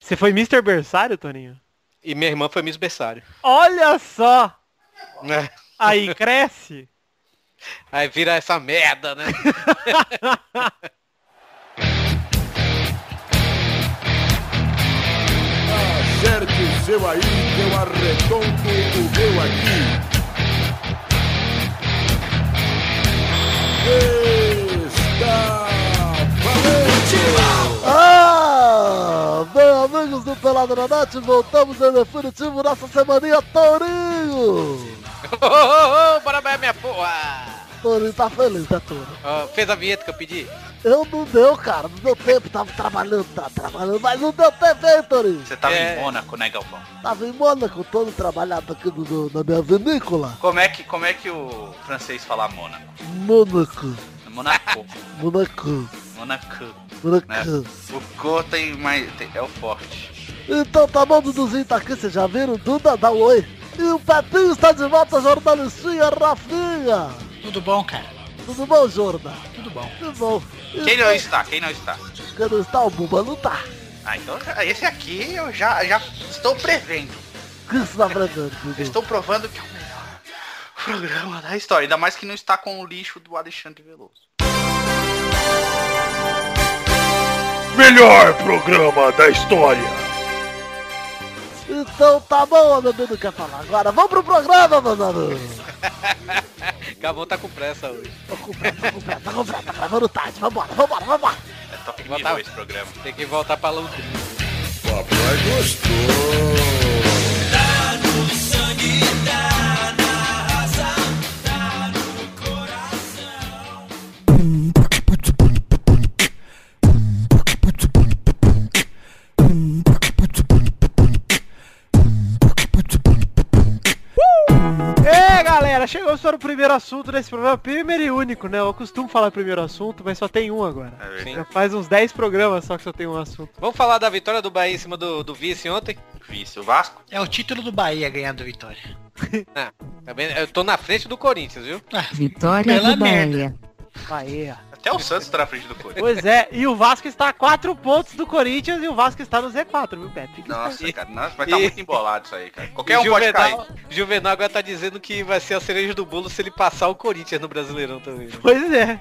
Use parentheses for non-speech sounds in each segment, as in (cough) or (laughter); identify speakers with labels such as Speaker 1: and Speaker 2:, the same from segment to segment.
Speaker 1: Você foi Mr. Bersário, Toninho?
Speaker 2: E minha irmã foi Miss Bersário.
Speaker 1: Olha só!
Speaker 2: Né?
Speaker 3: (laughs)
Speaker 1: Aí cresce.
Speaker 2: Aí vira essa merda,
Speaker 3: (laughs)
Speaker 2: né?
Speaker 4: Acerte o seu aí, que eu arredondo o meu aqui. Está valente!
Speaker 5: Ah, meu amigos do Pelado na Net, voltamos em definitivo nessa semaninha Tourinho!
Speaker 2: Ô, ô, ô, bora ver minha porra!
Speaker 5: Tourinho tá feliz, né, Tourinho?
Speaker 2: Ó, fez a vinheta que eu pedi?
Speaker 5: Eu não deu, cara, não deu tempo, tava trabalhando, tava trabalhando, mas não deu tempo, hein, Tourinho?
Speaker 3: Você tava
Speaker 2: É.
Speaker 3: em Mônaco, né, Galvão?
Speaker 5: Tava em Mônaco, todo trabalhado aqui no- no- na minha vinícola.
Speaker 3: Como é que, como é que o francês fala Mônaco?
Speaker 5: Mônaco,
Speaker 3: Monaco.
Speaker 5: Mônaco,
Speaker 3: Monaco. Né?
Speaker 5: Mônaco.
Speaker 3: O Cô tem mais. tem- é o forte.
Speaker 5: Então tá bom, Duduzinho tá aqui, vocês já viram? Duda, dá um oi. E o Pepinho está de volta, jornalistinha Rafinha.
Speaker 6: Tudo bom, cara?
Speaker 5: Tudo bom, Jorda?
Speaker 6: Tudo bom.
Speaker 5: Tudo bom. E
Speaker 3: Quem não está? Quem não está?
Speaker 5: Quem não está, o Buba não tá.
Speaker 3: Ah, então esse aqui eu já, já estou prevendo.
Speaker 5: O que você tá aprendendo, Dudu?
Speaker 3: Eu estou provando que é o melhor programa da história. Ainda mais que não está com o lixo do Alexandre Veloso.
Speaker 4: Melhor programa da história!
Speaker 5: Então tá bom, meu Deus, não quer falar agora. Vamos pro programa, meu amigos.
Speaker 2: Gabão tá com pressa hoje.
Speaker 5: Tô com pressa, tô com pressa, tô com pressa, tá gravando tarde. Vambora, vambora, vambora.
Speaker 3: É top
Speaker 2: Boa
Speaker 3: nível
Speaker 2: tarde.
Speaker 3: esse programa.
Speaker 2: Tem que voltar pra Londrina.
Speaker 4: Papo é gostoso!
Speaker 1: É, galera, chegamos para o primeiro assunto desse programa, primeiro e único, né? Eu costumo falar primeiro assunto, mas só tem um agora.
Speaker 3: É
Speaker 2: Sim.
Speaker 3: verdade.
Speaker 1: Já faz uns 10 programas só que só tem um assunto.
Speaker 2: Vamos falar da vitória do Bahia em cima do, do vice ontem?
Speaker 3: Vício. O Vasco?
Speaker 6: É o título do Bahia ganhando a vitória.
Speaker 2: Também, Tá eu tô na frente do Corinthians, viu?
Speaker 7: Vitória
Speaker 6: Pela
Speaker 7: do Bahia.
Speaker 1: Bahia.
Speaker 3: Até (laughs) o Santos está na frente do Corinthians.
Speaker 1: Pois é, e o Vasco está a 4 pontos do Corinthians e o Vasco está no Z4, viu, Pepe?
Speaker 3: Nossa, cara. Nossa, mas tá
Speaker 2: E-
Speaker 3: muito embolado isso aí, cara.
Speaker 2: E
Speaker 3: Qualquer um pode cair.
Speaker 2: Juvenal, Juvenal agora tá dizendo que vai ser a cereja do bolo se ele passar o Corinthians no Brasileirão também. né?
Speaker 1: Pois
Speaker 3: (laughs)
Speaker 1: é.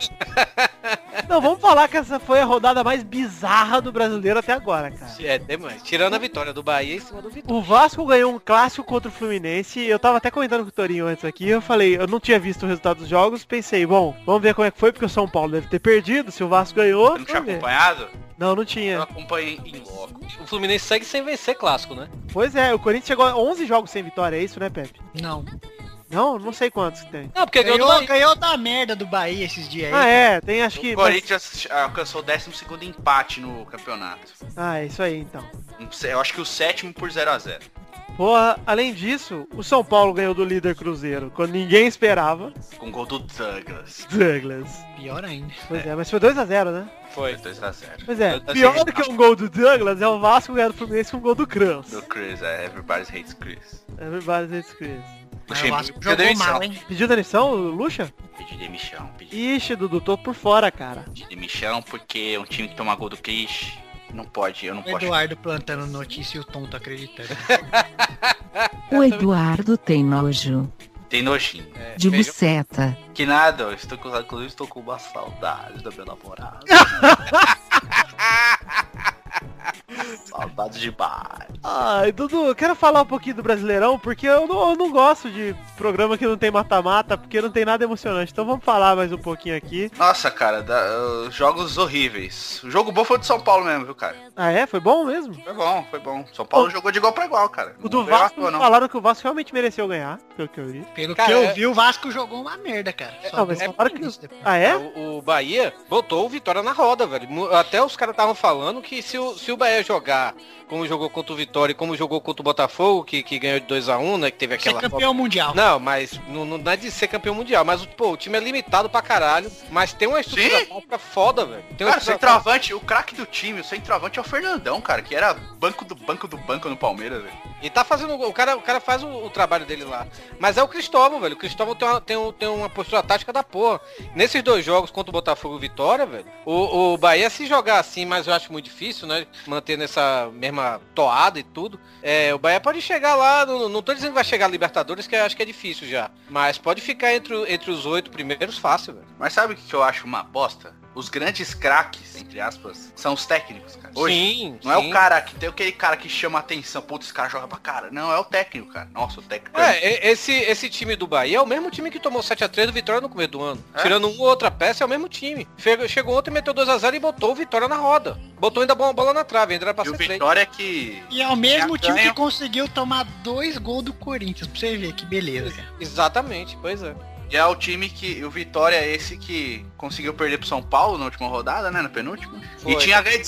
Speaker 1: Não, vamos falar que essa foi a rodada mais bizarra do brasileiro até agora, cara.
Speaker 2: É, demais. Tirando a vitória do Bahia em cima do Vitória.
Speaker 1: O Vasco ganhou um clássico contra o Fluminense. Eu tava até comentando com o Torinho antes aqui. Eu falei, eu não tinha visto o resultado dos jogos. Pensei, bom, vamos ver como é que foi, porque o São Paulo deve ter perdido. Se o Vasco ganhou.
Speaker 3: Eu não tinha
Speaker 1: vamos ver.
Speaker 3: acompanhado?
Speaker 1: Não, não
Speaker 3: Eu
Speaker 1: tinha.
Speaker 3: acompanhei em loco.
Speaker 2: O Fluminense segue sem vencer clássico, né?
Speaker 1: Pois é, o Corinthians chegou a 11 jogos sem vitória, é isso, né, Pepe?
Speaker 6: Não.
Speaker 1: Não, não sei quantos que tem.
Speaker 2: Não, porque ganhou, do
Speaker 6: Ganhou,
Speaker 2: Bahia.
Speaker 6: ganhou da merda do Bahia esses dias
Speaker 1: Ah,
Speaker 6: aí.
Speaker 1: é, tem acho que.
Speaker 3: O
Speaker 1: mas-
Speaker 3: Corinthians alcançou o 12 empate no campeonato. Um
Speaker 1: Ah, é isso aí então.
Speaker 3: Eu acho que o sétimo por 0x0.
Speaker 1: Porra, além disso, o São Paulo ganhou do líder Cruzeiro, quando ninguém esperava. (laughs)
Speaker 3: Com gol do Douglas.
Speaker 1: Douglas.
Speaker 6: Pior ainda.
Speaker 1: Pois é, mas foi 2x0, né?
Speaker 3: Foi. 2x0.
Speaker 1: Pois é,
Speaker 3: Eu- eu
Speaker 1: pior
Speaker 3: sei.
Speaker 1: do que um gol do Douglas é o Vasco ganhar do Fluminense com um gol do Crans.
Speaker 3: Do Chris, é. Everybody hates Chris.
Speaker 1: Everybody hates Chris.
Speaker 6: Mas o Vasco
Speaker 3: pediu
Speaker 6: jogou
Speaker 3: demissão.
Speaker 6: mal, hein?
Speaker 1: Pediu demissão, o Lucha?
Speaker 3: Pedi demissão. Pedi
Speaker 1: Ixi, Dudu, tô por fora, cara.
Speaker 3: pedi demissão porque um time que toma gol do Chris não pode. Eu não
Speaker 6: O
Speaker 3: posso.
Speaker 6: Eduardo plantando notícia e o Tom tá acreditando.
Speaker 7: O Eduardo tem nojo.
Speaker 3: Tem nojinho.
Speaker 2: É,
Speaker 7: De
Speaker 2: feijão-
Speaker 7: buceta.
Speaker 3: Que nada, eu estou com, inclusive estou com uma saudade da
Speaker 1: (laughs)
Speaker 3: minha namorada. Saudades demais.
Speaker 1: Ai, Dudu, eu quero falar um pouquinho do Brasileirão, porque eu não, eu não gosto de programa que não tem mata-mata, porque não tem nada emocionante. Então vamos falar mais um pouquinho aqui.
Speaker 3: Nossa, cara, da- uh, jogos horríveis. O jogo bom foi o de São Paulo mesmo, viu, cara?
Speaker 1: Ah, é? Foi bom mesmo?
Speaker 3: Foi bom, foi bom. São Paulo
Speaker 1: Ô,
Speaker 3: jogou de igual pra igual, cara.
Speaker 1: O do
Speaker 3: veio à
Speaker 1: Vasco,
Speaker 3: toa, não.
Speaker 1: falaram que o Vasco realmente mereceu ganhar, pelo que eu li.
Speaker 6: Pelo
Speaker 2: Cara,
Speaker 6: que eu
Speaker 2: é-
Speaker 6: vi, o Vasco jogou uma merda, cara. Só
Speaker 1: Não, mas
Speaker 6: deu
Speaker 1: falaram
Speaker 6: isso depois.
Speaker 1: Ah, é?
Speaker 2: O, o Bahia botou o Vitória na roda, velho. Mu- Até os caras estavam falando que se o, se o Bahia jogar como jogou contra o Vitória e como jogou contra o Botafogo, que, que ganhou de 2x1, né? Que teve
Speaker 6: Ser
Speaker 2: aquela.
Speaker 6: campeão mundial.
Speaker 2: Não, mas não, não dá de ser campeão mundial. Mas pô, o time é limitado pra caralho. Mas tem uma estrutura
Speaker 3: Sim. Ah,
Speaker 2: tática foda, velho. Tem uma
Speaker 3: Cara, o
Speaker 2: estrutura
Speaker 3: centroavante, o craque do time, o centroavante é o Fernandão, cara, que era banco do banco do banco no Palmeiras, velho.
Speaker 2: E tá fazendo gol. o cara, o cara faz o, o trabalho dele lá. Mas é o Cristóvão, velho. O Cristóvão tem uma, tem, um- tem uma postura tática da porra. Nesses dois jogos contra o Botafogo e o Vitória, velho, o, o Bahia se jogar assim, mas eu acho muito difícil, né? Manter nessa mesma forma toada e tudo, é, o Bahia pode chegar lá, não, não tô dizendo que vai chegar a Libertadores, que eu acho que é difícil já. Mas pode ficar entre, o- entre os oito primeiros fácil, velho.
Speaker 3: Mas sabe o que que eu acho uma bosta? Os grandes craques, entre aspas, são os técnicos, cara. Hoje,
Speaker 2: sim,
Speaker 3: Não é o cara que tem aquele cara que chama atenção, putz, esse cara joga pra cara. Não, é o técnico, cara. Nossa, o técnico.
Speaker 2: É, e- esse, esse time do Bahia é o mesmo time que tomou 7x3 do Vitória no começo do ano. Tirando uma ou outra peça, é o mesmo time. Chegou, chegou ontem, meteu 2x0 e botou o Vitória na roda. Botou ainda a bola na trave, ainda era pra
Speaker 3: E o
Speaker 2: ser três.
Speaker 3: Vitória que.
Speaker 6: E é o mesmo
Speaker 3: Já
Speaker 6: time
Speaker 3: ganham.
Speaker 6: que conseguiu tomar dois gols do Corinthians, pra você ver que beleza, cara.
Speaker 2: Exatamente, pois é.
Speaker 3: E é o time que. O Vitória é esse que conseguiu perder pro São Paulo na última rodada, né? Na penúltima.
Speaker 2: Foi.
Speaker 3: E tinha ganho de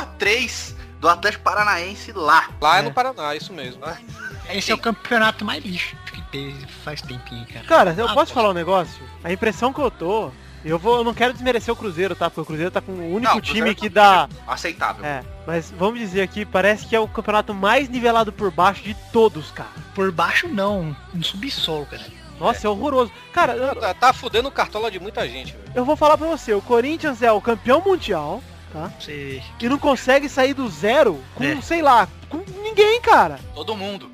Speaker 3: 5x3 do Atlético Paranaense lá.
Speaker 2: Lá é,
Speaker 6: É.
Speaker 2: no Paraná, isso mesmo.
Speaker 6: Esse é o campeonato mais lixo que teve faz tempinho, cara.
Speaker 1: Cara, eu
Speaker 6: Ah,
Speaker 1: posso
Speaker 6: pô.
Speaker 1: falar um negócio? A impressão que eu tô, eu vou, eu não quero desmerecer o Cruzeiro, tá? Porque o Cruzeiro tá com o único
Speaker 3: Não, o Cruzeiro
Speaker 1: time
Speaker 3: tá
Speaker 1: que
Speaker 3: com-
Speaker 1: dá.
Speaker 3: Aceitável.
Speaker 1: É, mas vamos dizer aqui, parece que é o campeonato mais nivelado por baixo de todos, cara.
Speaker 6: Por baixo não, no subsolo, cara.
Speaker 1: Nossa, é, horroroso. Cara, eu,
Speaker 2: Tá, tá fudendo o cartola de muita gente, velho.
Speaker 1: eu vou falar pra você, o Corinthians é o campeão mundial
Speaker 6: Pra Você...
Speaker 1: e não consegue sair do zero com,
Speaker 6: É.
Speaker 1: sei lá, com ninguém, cara.
Speaker 3: Todo mundo.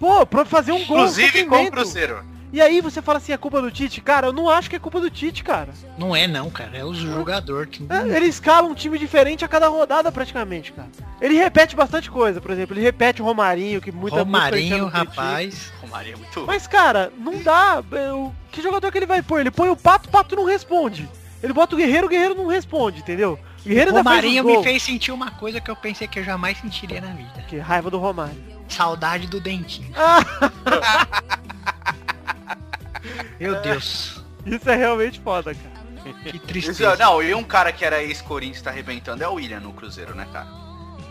Speaker 1: Pô, pra fazer um gol. é um
Speaker 3: Inclusive com o
Speaker 1: sofrimento.
Speaker 3: Cruzeiro.
Speaker 1: E aí você fala assim, é culpa do Tite? Cara, eu não acho que é culpa do Tite, cara.
Speaker 6: Não é não, cara. É os jogador que.
Speaker 1: É, Ele escala um time diferente a cada rodada praticamente, cara. Ele repete bastante coisa, por exemplo, ele repete o Romarinho, que muita muita
Speaker 6: Romarinho,
Speaker 1: gente não critica.
Speaker 6: rapaz.
Speaker 3: Romaria é muito.
Speaker 1: Mas, cara, não dá. é, o- Que jogador que ele vai pôr? Ele põe o Pato, o Pato não responde. Ele bota o Guerreiro, o Guerreiro não responde, entendeu? O Guerreiro ainda faz
Speaker 6: Romarinho
Speaker 1: os
Speaker 6: me
Speaker 1: gols.
Speaker 6: fez sentir uma coisa que eu pensei que eu jamais sentiria na vida.
Speaker 1: Que raiva do Romário.
Speaker 6: Saudade do Dentinho.
Speaker 1: Ah!
Speaker 6: Meu
Speaker 1: (laughs)
Speaker 6: Deus.
Speaker 1: Isso é realmente foda, cara.
Speaker 6: Que
Speaker 3: Esse-
Speaker 6: tristeza.
Speaker 3: Não, e um cara que era ex-Corinthians tá arrebentando é o William no Cruzeiro, né, cara?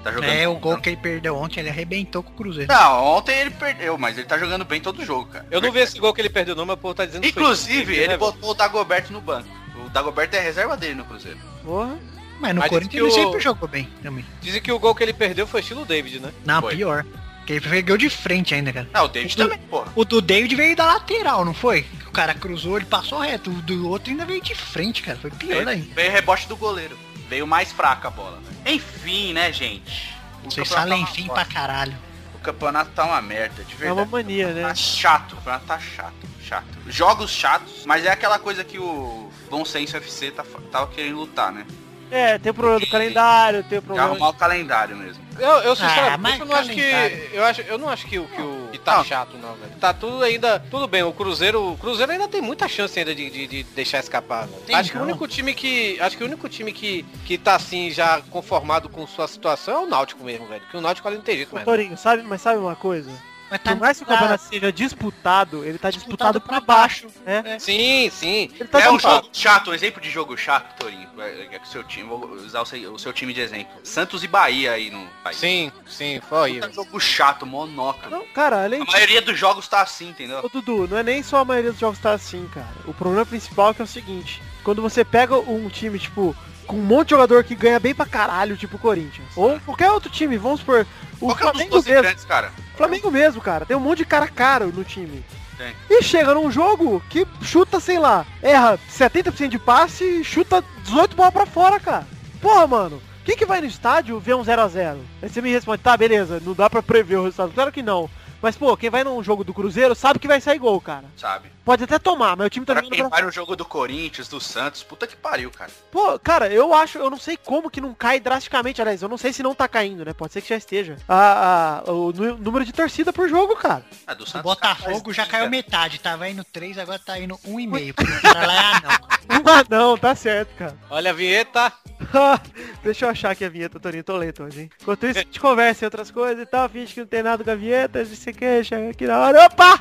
Speaker 3: Tá jogando.
Speaker 6: É, o
Speaker 3: bem,
Speaker 6: gol
Speaker 3: tá?
Speaker 6: que é- ele perdeu ontem, ele arrebentou com o Cruzeiro.
Speaker 3: Não, ontem ele perdeu, mas ele tá jogando bem todo jogo, cara.
Speaker 2: Eu não vi esse gol que ele perdeu não, mas o povo tá dizendo que foi-
Speaker 3: Inclusive, ele
Speaker 2: né, velho?
Speaker 3: botou o Dagoberto no banco. O Dagoberto é a reserva dele no Cruzeiro.
Speaker 1: Porra.
Speaker 6: Mas no
Speaker 2: Mas
Speaker 6: Corinthians
Speaker 2: diz
Speaker 6: ele
Speaker 2: que o-
Speaker 6: sempre jogou bem também.
Speaker 2: Dizem que o gol que ele perdeu foi estilo David, né?
Speaker 6: Não,
Speaker 3: Foi.
Speaker 6: pior. Porque ele pegou de frente ainda, cara.
Speaker 3: Não, o David
Speaker 6: Tu-
Speaker 3: também, porra.
Speaker 6: O do David veio da lateral, não foi? O cara cruzou, ele passou reto. O do outro ainda veio de frente, cara. Foi pior
Speaker 3: Veio,
Speaker 6: ainda.
Speaker 3: veio rebote do goleiro. Veio mais fraca a bola. né? Enfim, né, gente? O
Speaker 6: Vocês
Speaker 3: campeonato tá
Speaker 6: falam
Speaker 3: uma
Speaker 6: enfim pra
Speaker 3: bosta.
Speaker 6: caralho.
Speaker 3: O campeonato tá uma merda, de
Speaker 1: É uma
Speaker 3: verdade.
Speaker 1: mania, né?
Speaker 3: Tá chato, o campeonato tá chato, chato. Jogos chatos, mas é aquela coisa que o Bom Senso FC tá, fa- tava querendo lutar, né?
Speaker 1: É, tem o problema do calendário, tem o
Speaker 3: De
Speaker 1: problema.
Speaker 3: arrumar o calendário mesmo.
Speaker 2: Eu, eu sinceramente,
Speaker 6: Ah, mas
Speaker 2: eu não acho
Speaker 6: calendário.
Speaker 2: que. Eu, acho, eu não acho que o que, o, que tá
Speaker 3: Não.
Speaker 2: chato, não, velho. Tá tudo ainda. Tudo bem, o Cruzeiro. O Cruzeiro ainda tem muita chance ainda de, de, de deixar escapar, velho.
Speaker 6: Tem
Speaker 2: acho que o
Speaker 6: não.
Speaker 2: único time que. Acho que o único time que, que tá assim, já conformado com sua situação é o Náutico mesmo, velho. Que o Náutico ali não tem jeito, né?
Speaker 1: Ô,
Speaker 2: velho.
Speaker 1: Torinho, sabe, mas sabe uma coisa?
Speaker 6: Mas
Speaker 1: Por mais que o
Speaker 6: tá-
Speaker 1: campeonato seja disputado, ele tá disputado,
Speaker 6: Disputado
Speaker 1: pra
Speaker 6: pra É.
Speaker 1: baixo, né?
Speaker 2: Sim, sim.
Speaker 1: Ele tá
Speaker 3: é um
Speaker 1: disputado.
Speaker 3: jogo chato, um exemplo de jogo chato, Torinho. É, é que o seu time, vou usar o seu, o seu time de exemplo. Santos e Bahia aí no país.
Speaker 2: Sim, sim, foi.
Speaker 3: Puta
Speaker 2: velho.
Speaker 3: É jogo chato, monótono.
Speaker 1: Não, cara, além
Speaker 3: A maioria dos jogos tá assim, entendeu?
Speaker 1: Ô Dudu, não é nem só a maioria dos jogos tá assim, cara. O problema principal é que é o seguinte, quando você pega um time, tipo, com um monte de jogador que ganha bem pra caralho, tipo o Corinthians, ou qualquer outro time, vamos supor, o
Speaker 3: Qual que é um dos
Speaker 1: Flamengo
Speaker 3: dois
Speaker 1: mesmo,
Speaker 3: grandes, cara?
Speaker 1: Flamengo mesmo, cara, tem um monte de cara caro no time.
Speaker 3: Tem.
Speaker 1: E chega num jogo que chuta, sei lá, erra 70% de passe e chuta 18 bolas pra fora, cara. Porra, mano. Quem que vai no estádio ver um 0x0? Aí você me responde, tá, beleza, não dá pra prever o resultado. Claro que não. Mas, pô, quem vai num jogo do Cruzeiro sabe que vai sair gol, cara.
Speaker 3: Sabe?
Speaker 1: Pode até tomar, mas o time tá
Speaker 3: Pra
Speaker 1: jogando
Speaker 3: quem
Speaker 1: pra...
Speaker 3: vai no jogo do Corinthians, do Santos, puta que pariu, cara.
Speaker 1: Pô, cara, eu acho, eu não sei como que não cai drasticamente, aliás, eu não sei se não tá caindo, né? Pode ser que já esteja. A, a- o nu- número de torcida por jogo,
Speaker 3: (laughs)
Speaker 1: cara.
Speaker 3: Ah, do
Speaker 6: O
Speaker 3: Santos.
Speaker 6: Botafogo
Speaker 3: cara,
Speaker 6: já
Speaker 3: mas-
Speaker 6: caiu metade, tava indo 3, agora tá indo 1,5. Porque pra lá é anão.
Speaker 1: Ah, não, tá certo, cara.
Speaker 2: Olha a vinheta.
Speaker 1: (laughs) Deixa eu achar que a vinheta, Torinho, tô lento hoje, hein? Enquanto isso, a gente conversa em outras coisas e tal, finge que não tem nada com a vinheta, a gente se queixa aqui na hora. Opa!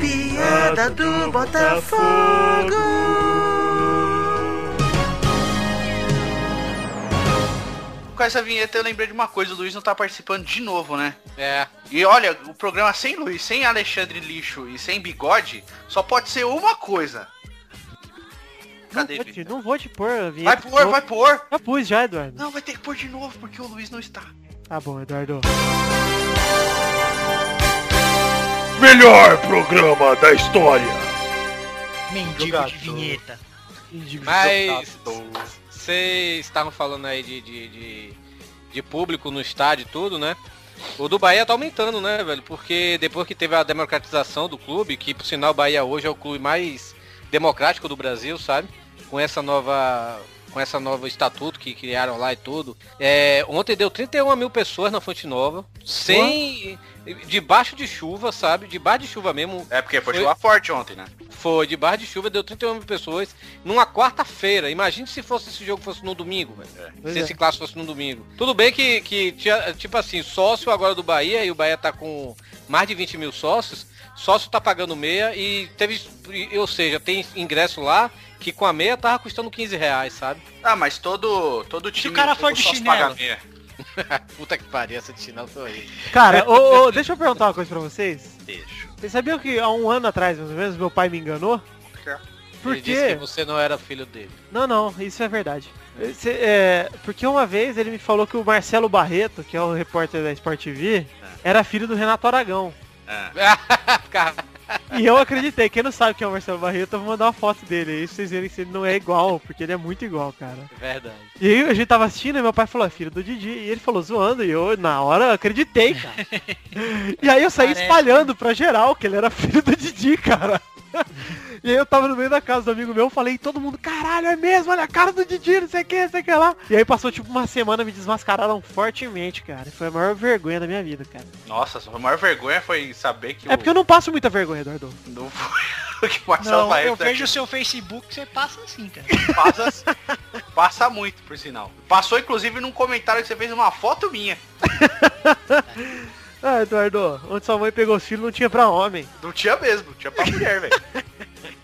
Speaker 8: Piada do Botafogo.
Speaker 3: Com essa vinheta eu lembrei de uma coisa, o Luiz não tá participando de novo, né?
Speaker 2: É.
Speaker 3: E olha, o programa sem Luiz, sem Alexandre Lixo e sem bigode, só pode ser uma coisa.
Speaker 1: Não
Speaker 3: Cadê,
Speaker 1: vou, te,
Speaker 3: Vitor?
Speaker 1: não vou te pôr a vinheta.
Speaker 3: Vai pôr, vai pôr.
Speaker 1: Já pus já, Eduardo.
Speaker 3: Não, vai ter que pôr de novo, porque o Luiz não está.
Speaker 1: Tá bom, Eduardo.
Speaker 4: Melhor programa da história.
Speaker 6: Mendigo
Speaker 1: Jogador.
Speaker 6: de vinheta.
Speaker 2: Mas vocês estavam falando aí de, de, de, de público no estádio e tudo, né? O do Bahia tá aumentando, né, velho? Porque depois que teve a democratização do clube, que por sinal o Bahia hoje é o clube mais democrático do Brasil, sabe? Com essa nova. Com essa nova estatuto que criaram lá e tudo. É, ontem deu 31 mil pessoas na Fonte Nova. Sem. Debaixo de chuva, sabe? Debaixo de chuva mesmo.
Speaker 3: É porque foi
Speaker 2: Foi-
Speaker 3: chuva forte ontem, né?
Speaker 2: Foi, de barra de chuva, deu 31 mil pessoas numa quarta-feira. Imagine se fosse esse jogo fosse no domingo, velho.
Speaker 1: Pois
Speaker 2: Se
Speaker 1: é.
Speaker 2: esse clássico fosse no domingo. Tudo bem que, que tinha, tipo assim, sócio agora do Bahia, e o Bahia tá com mais de 20 mil sócios, sócio tá pagando meia e teve. e- Ou seja, tem ingresso lá que com a meia tava custando 15 reais, sabe?
Speaker 3: Ah, mas todo, todo time...
Speaker 6: o cara for
Speaker 3: todo
Speaker 6: de
Speaker 3: sócio
Speaker 6: chinelo.
Speaker 3: paga meia.
Speaker 2: Puta que pariu, essa de sinal foi aí.
Speaker 1: Cara, ô, ô, deixa eu perguntar uma coisa pra vocês.
Speaker 3: Deixa.
Speaker 1: Vocês sabiam que há um ano atrás, mais ou menos, meu pai me enganou? Por
Speaker 2: Ele disse
Speaker 1: quê?
Speaker 2: que você não era filho dele.
Speaker 1: Não, não, isso é verdade. Esse- é, porque uma vez ele me falou que o Marcelo Barreto, que é o repórter da Sport TV, era filho do Renato Aragão.
Speaker 2: Cara,
Speaker 1: E eu acreditei, quem não sabe quem é o Marcelo Barreto, eu vou mandar uma foto dele aí, pra vocês verem se ele não é igual, porque ele é muito igual, cara.
Speaker 2: é verdade.
Speaker 1: E aí a gente tava assistindo e meu pai falou, "É filho do Didi, e ele falou zoando, e eu na hora acreditei, (laughs) cara. e aí eu saí
Speaker 6: Parece.
Speaker 1: espalhando pra geral que ele era filho do Didi, cara. (laughs) E aí eu tava no meio da casa do amigo meu, falei, todo mundo, caralho, é mesmo, olha a cara do Didi, não sei o que, não sei o que lá. E aí passou tipo uma semana, me desmascararam fortemente, cara. Foi a maior vergonha da minha vida, cara.
Speaker 3: Nossa, a maior vergonha foi saber que
Speaker 1: É porque eu não passo muita vergonha, Eduardo.
Speaker 3: o... (laughs) Não foi... que o Marcelo
Speaker 6: Não,
Speaker 3: Paes
Speaker 6: eu
Speaker 3: é-
Speaker 6: vejo o seu Facebook, você passa assim, cara.
Speaker 3: (laughs) passa, passa muito, por sinal. Passou, inclusive, num comentário que você fez uma foto minha.
Speaker 1: Ah, Eduardo, onde sua mãe pegou os filhos não tinha pra homem.
Speaker 3: Não tinha mesmo, tinha pra mulher, velho.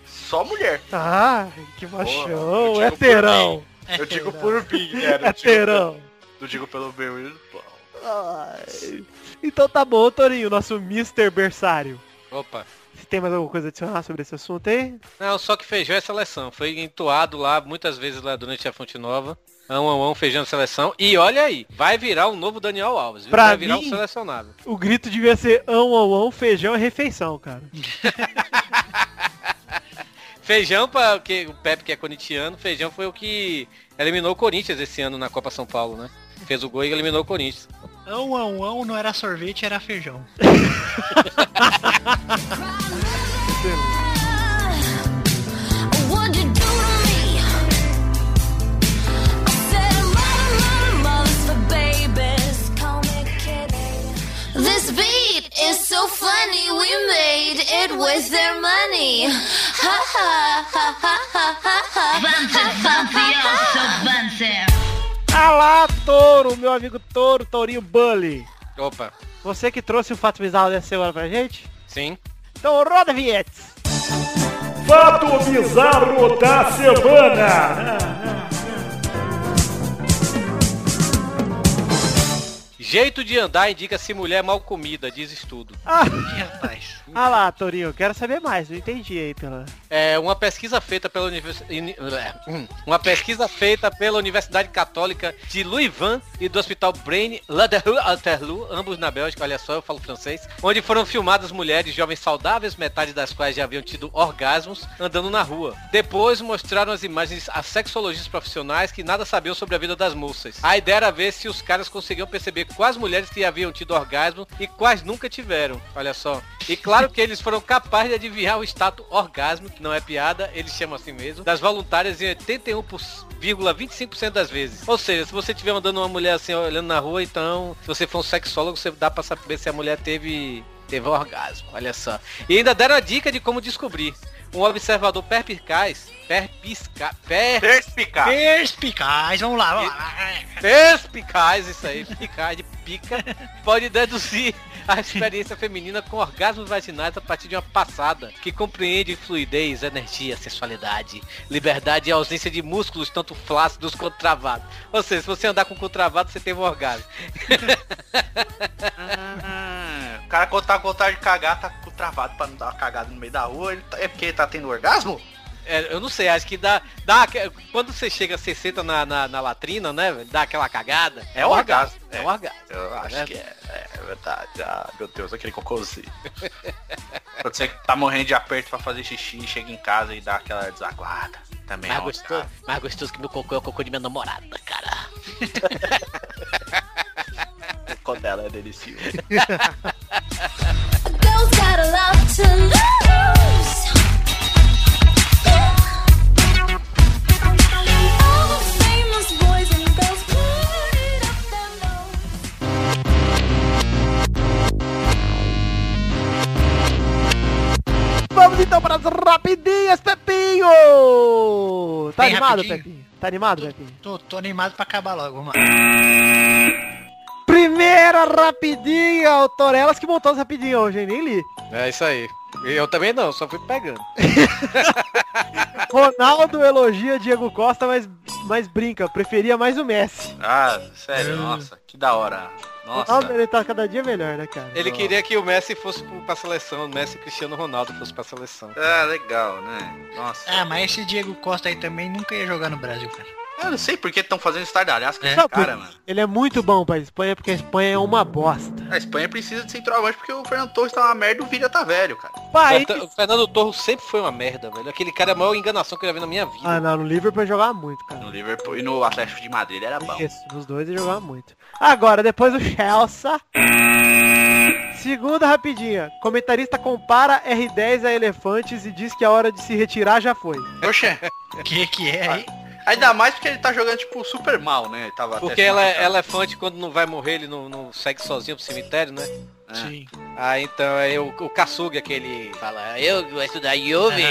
Speaker 3: Só mulher.
Speaker 1: Ah, que
Speaker 3: eu
Speaker 1: machão, é
Speaker 3: digo
Speaker 1: heterão,
Speaker 6: É
Speaker 3: Eu digo por mim,
Speaker 1: É
Speaker 3: né? Não digo,
Speaker 1: heterão.
Speaker 3: não digo pelo meu irmão.
Speaker 1: Ai. Então tá bom, Torinho, nosso Mr. Bersário.
Speaker 2: Opa.
Speaker 1: Você tem mais alguma coisa a adicionar sobre esse assunto aí?
Speaker 2: Não, só que feijão é seleção. Foi entoado lá muitas vezes lá durante a Fonte Nova. Ão, ão, ão, feijão é seleção. E olha aí, vai virar um novo Daniel Alves. Viu?
Speaker 1: Pra
Speaker 2: vai virar
Speaker 1: mim-
Speaker 2: um selecionável.
Speaker 1: O grito devia ser ão, ão, ão, feijão é refeição, cara.
Speaker 2: Feijão, para que o Pepe que é corintiano, feijão foi o que eliminou o Corinthians esse ano na Copa São Paulo, né? Fez o gol e eliminou o Corinthians.
Speaker 6: Ão, ão, ão, não era sorvete, era feijão.
Speaker 9: What'd you do to me? I said a lot, lot of mothers for babies. Call me kidding. This beat is so funny. We made it with their money. Ha ha ha ha ha ha ha.
Speaker 1: Alá, Touro, meu amigo Touro, Tourinho Bully.
Speaker 2: Opa,
Speaker 1: Você que trouxe o fato bizarro dessa semana pra gente?
Speaker 2: sim.
Speaker 1: Então roda a vinheta.
Speaker 8: Fato bizarro da semana.
Speaker 2: Jeito de andar indica se mulher mal comida, diz estudo.
Speaker 1: Ah,
Speaker 6: Ih, rapaz.
Speaker 1: ah lá, Tourinho, quero saber mais, não entendi aí pela...
Speaker 2: É, uma pesquisa feita pela univers- ini- Hum. uma pesquisa feita pela Universidade Católica de Louvain e do Hospital Brain Laderlu, ambos na Bélgica, olha só, eu falo francês, onde foram filmadas mulheres jovens saudáveis, metade das quais já haviam tido orgasmos, andando na rua. Depois mostraram as imagens a sexologistas profissionais que nada sabiam sobre a vida das moças. A ideia era ver se os caras conseguiam perceber quais mulheres que haviam tido orgasmo e quais nunca tiveram. Olha só. E claro que eles foram capazes de adivinhar o status orgasmo, que não é piada, eles chamam assim mesmo, das voluntárias em 81,25% das vezes. Ou seja, se você estiver mandando uma mulher assim olhando na rua, então, se você for um sexólogo, você dá pra saber se a mulher teve teve orgasmo, olha só. E ainda deram a dica de como descobrir. Um observador perpicaz, perpisca, per,
Speaker 3: Perspicaz.
Speaker 6: Perspicaz, vamos lá, vamos lá.
Speaker 2: perspicaz, isso aí, picaz de pica, pode deduzir a experiência feminina com orgasmos vaginais a partir de uma passada que compreende fluidez, energia, sensualidade, liberdade e ausência de músculos, tanto flácidos quanto travados. Ou seja, se você andar com o cu travado, você teve um orgasmo.
Speaker 3: Ah, o cara quando tá com vontade de cagar, tá com o travado pra não dar uma cagada no meio da rua. Ele tá- é porque ele tá tendo orgasmo?
Speaker 2: É, eu não sei, acho que dá, dá aque- quando você chega, você senta na, na, na latrina, né, velho, dá aquela cagada.
Speaker 3: É orgasmo,
Speaker 2: É,
Speaker 3: é.
Speaker 2: um orgasmo.
Speaker 3: Eu acho
Speaker 2: É.
Speaker 3: que é, é verdade. Ah, meu Deus, aquele cocôzinho. (laughs) Quando você tá morrendo de aperto pra fazer xixi, chega em casa e dá aquela desaguada. Também
Speaker 6: Ah,
Speaker 3: é
Speaker 2: Mais
Speaker 3: um
Speaker 2: gostoso, mais gostoso que meu cocô é o cocô de minha namorada, cara.
Speaker 3: rodela é delicioso.
Speaker 9: A girl's got a lot to lose. All the famous boys and girls put it up their nose.
Speaker 1: Vamos então para as rapidinhas, Pepinho! Tá
Speaker 6: Bem
Speaker 1: animado,
Speaker 6: rapidinho.
Speaker 1: Pepinho? Tá animado, Pepinho?
Speaker 6: Tô, tô animado pra acabar logo, mano.
Speaker 1: Primeira rapidinha, o Torelas que montou as rapidinhas hoje, hein? Nem li.
Speaker 2: É isso aí. E Eu também não, só fui pegando.
Speaker 1: Ronaldo elogia Diego Costa, mas, mas brinca, preferia mais o Messi.
Speaker 3: Ah,
Speaker 2: É.
Speaker 3: sério, nossa, que da hora.
Speaker 1: Ronaldo,
Speaker 6: Ah.
Speaker 3: Nossa,
Speaker 1: ele tá cada dia melhor, né, cara?
Speaker 2: Ele queria que o Messi fosse pro- pra seleção, o Messi e o Cristiano Ronaldo fosse pra seleção.
Speaker 3: ah, legal, né? Nossa.
Speaker 6: Ah, mas esse Diego Costa aí também nunca ia jogar no Brasil, cara.
Speaker 3: Eu não sei por que estão fazendo estardalhaço com
Speaker 6: É.
Speaker 3: esse cara, mano.
Speaker 1: Ele é muito bom pra Espanha, porque a Espanha é uma bosta.
Speaker 3: A Espanha precisa de centroavante porque o Fernando Torres tá uma merda e o Villa tá velho, cara.
Speaker 1: País...
Speaker 2: O Fernando Torres sempre foi uma merda, velho. Aquele cara é a maior enganação que eu já vi na minha vida.
Speaker 1: Ah, não, no Liverpool ele jogava muito, cara.
Speaker 3: No Liverpool e no Atlético de Madrid ele era
Speaker 2: (laughs)
Speaker 3: bom.
Speaker 1: Isso, nos dois ele jogava muito. Agora, depois o Chelsea. Segunda rapidinha. Comentarista compara R10 a elefantes e diz que a hora de se retirar já foi.
Speaker 3: Oxe,
Speaker 6: O que que é aí?
Speaker 3: ainda mais porque ele tá jogando, tipo, super mal, né? Ele tava até
Speaker 2: Porque
Speaker 3: se
Speaker 2: ela é
Speaker 3: machucando.
Speaker 2: elefante, quando não vai morrer, ele não, não segue sozinho pro cemitério, né?
Speaker 3: É.
Speaker 6: Sim.
Speaker 2: Ah, então é o, o Kasuga, aquele fala, eu gosto da Juve.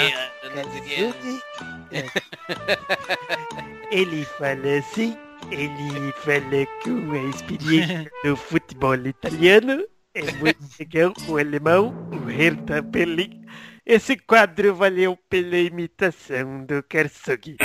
Speaker 1: Ele fala assim, ele fala com a experiência do futebol italiano, é muito legal, o alemão, o Hertha Berlim. Esse quadro valeu pela imitação do Kersugi.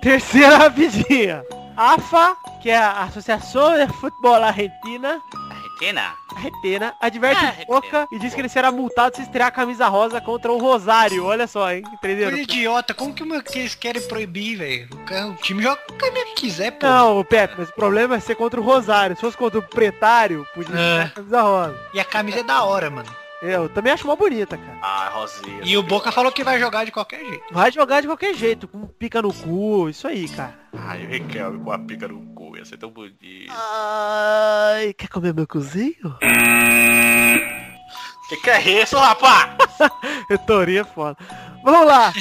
Speaker 1: Terceira rapidinha. AFA, que é a Associação de Futebol Argentina,
Speaker 3: Argentina.
Speaker 1: Argentina, adverte
Speaker 2: Ah,
Speaker 1: o Boca e diz que ele será multado se estrear a camisa rosa contra o Rosário. Olha só, hein? Entenderam?
Speaker 6: Coisa idiota, como que, uma- que eles querem proibir, velho? O ca- O time joga o caminho que quiser, pô.
Speaker 1: Não, Pepe, mas o problema é ser contra o Rosário. Se fosse contra o Pretário, podia
Speaker 6: É.
Speaker 1: ser a camisa rosa.
Speaker 6: E a camisa é da hora, mano.
Speaker 1: Eu também acho mó bonita, cara.
Speaker 3: Ah, Rosinha.
Speaker 6: E o Boca falou que vai jogar de qualquer jeito.
Speaker 1: Vai jogar de qualquer jeito, com pica no cu, isso aí, cara.
Speaker 3: Ai, o Riquelme com a pica no cu, ia ser tão bonito.
Speaker 1: Ai, quer comer meu cozinho?
Speaker 3: Que que é isso, rapá?
Speaker 1: Retoria é foda. Vamos lá.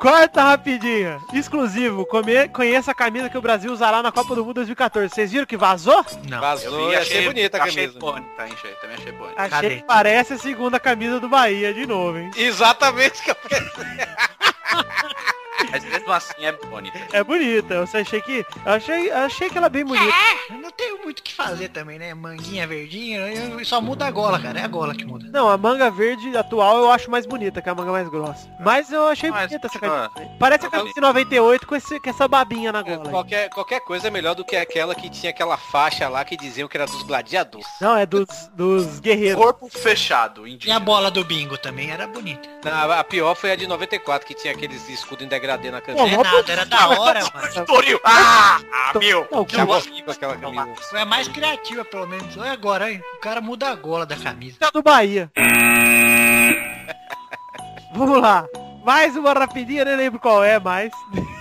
Speaker 1: Quarta rapidinha. Exclusivo. Come- Conheça a camisa que o Brasil usará na Copa do Mundo 2014. Vocês viram que vazou?
Speaker 6: Não.
Speaker 2: Vazou, e achei bonita a
Speaker 3: Achei
Speaker 2: camisa.
Speaker 3: bonita, hein, gente? Também achei bonita.
Speaker 1: Achei
Speaker 6: Cadê?
Speaker 1: que parece a segunda camisa do Bahia de novo, hein?
Speaker 2: Exatamente, que eu pensei.
Speaker 3: Mas mesmo assim é bonita.
Speaker 1: É bonita. Eu achei que. Eu achei, eu achei que ela é bem bonita.
Speaker 6: Eu Não tenho muito o que fazer também, né? Manguinha verdinha, eu- só muda a gola, cara. É a gola que muda.
Speaker 1: Não, a manga verde atual eu acho mais bonita que a manga mais grossa. Mas eu achei
Speaker 3: Mas,
Speaker 1: bonita essa camisa.
Speaker 3: continua.
Speaker 1: Parece a
Speaker 3: eu
Speaker 1: camisa
Speaker 3: falei.
Speaker 1: de 98 com, esse, com essa babinha na
Speaker 2: É,
Speaker 1: gola. aí.
Speaker 2: Qualquer, qualquer coisa é melhor do que aquela que tinha aquela faixa lá que diziam que era dos gladiadores.
Speaker 1: Não, é dos, dos guerreiros.
Speaker 3: Corpo fechado,
Speaker 6: E a
Speaker 3: indígena.
Speaker 6: bola do bingo também era bonita.
Speaker 2: Não, a pior foi a de 94, que tinha aqueles escudos em degradê na
Speaker 1: Pô,
Speaker 2: camisa.
Speaker 6: Não é nada, era da hora, mano.
Speaker 3: Toril! Ah, ah, meu!
Speaker 1: Não,
Speaker 2: Tinha
Speaker 1: o
Speaker 2: horrível aquela camisa.
Speaker 6: Não É mais criativa, pelo menos. Olha agora, hein? O cara muda a gola da camisa.
Speaker 1: Tá do Bahia. Vamos lá. Mais uma rapidinha, nem lembro qual é, mas...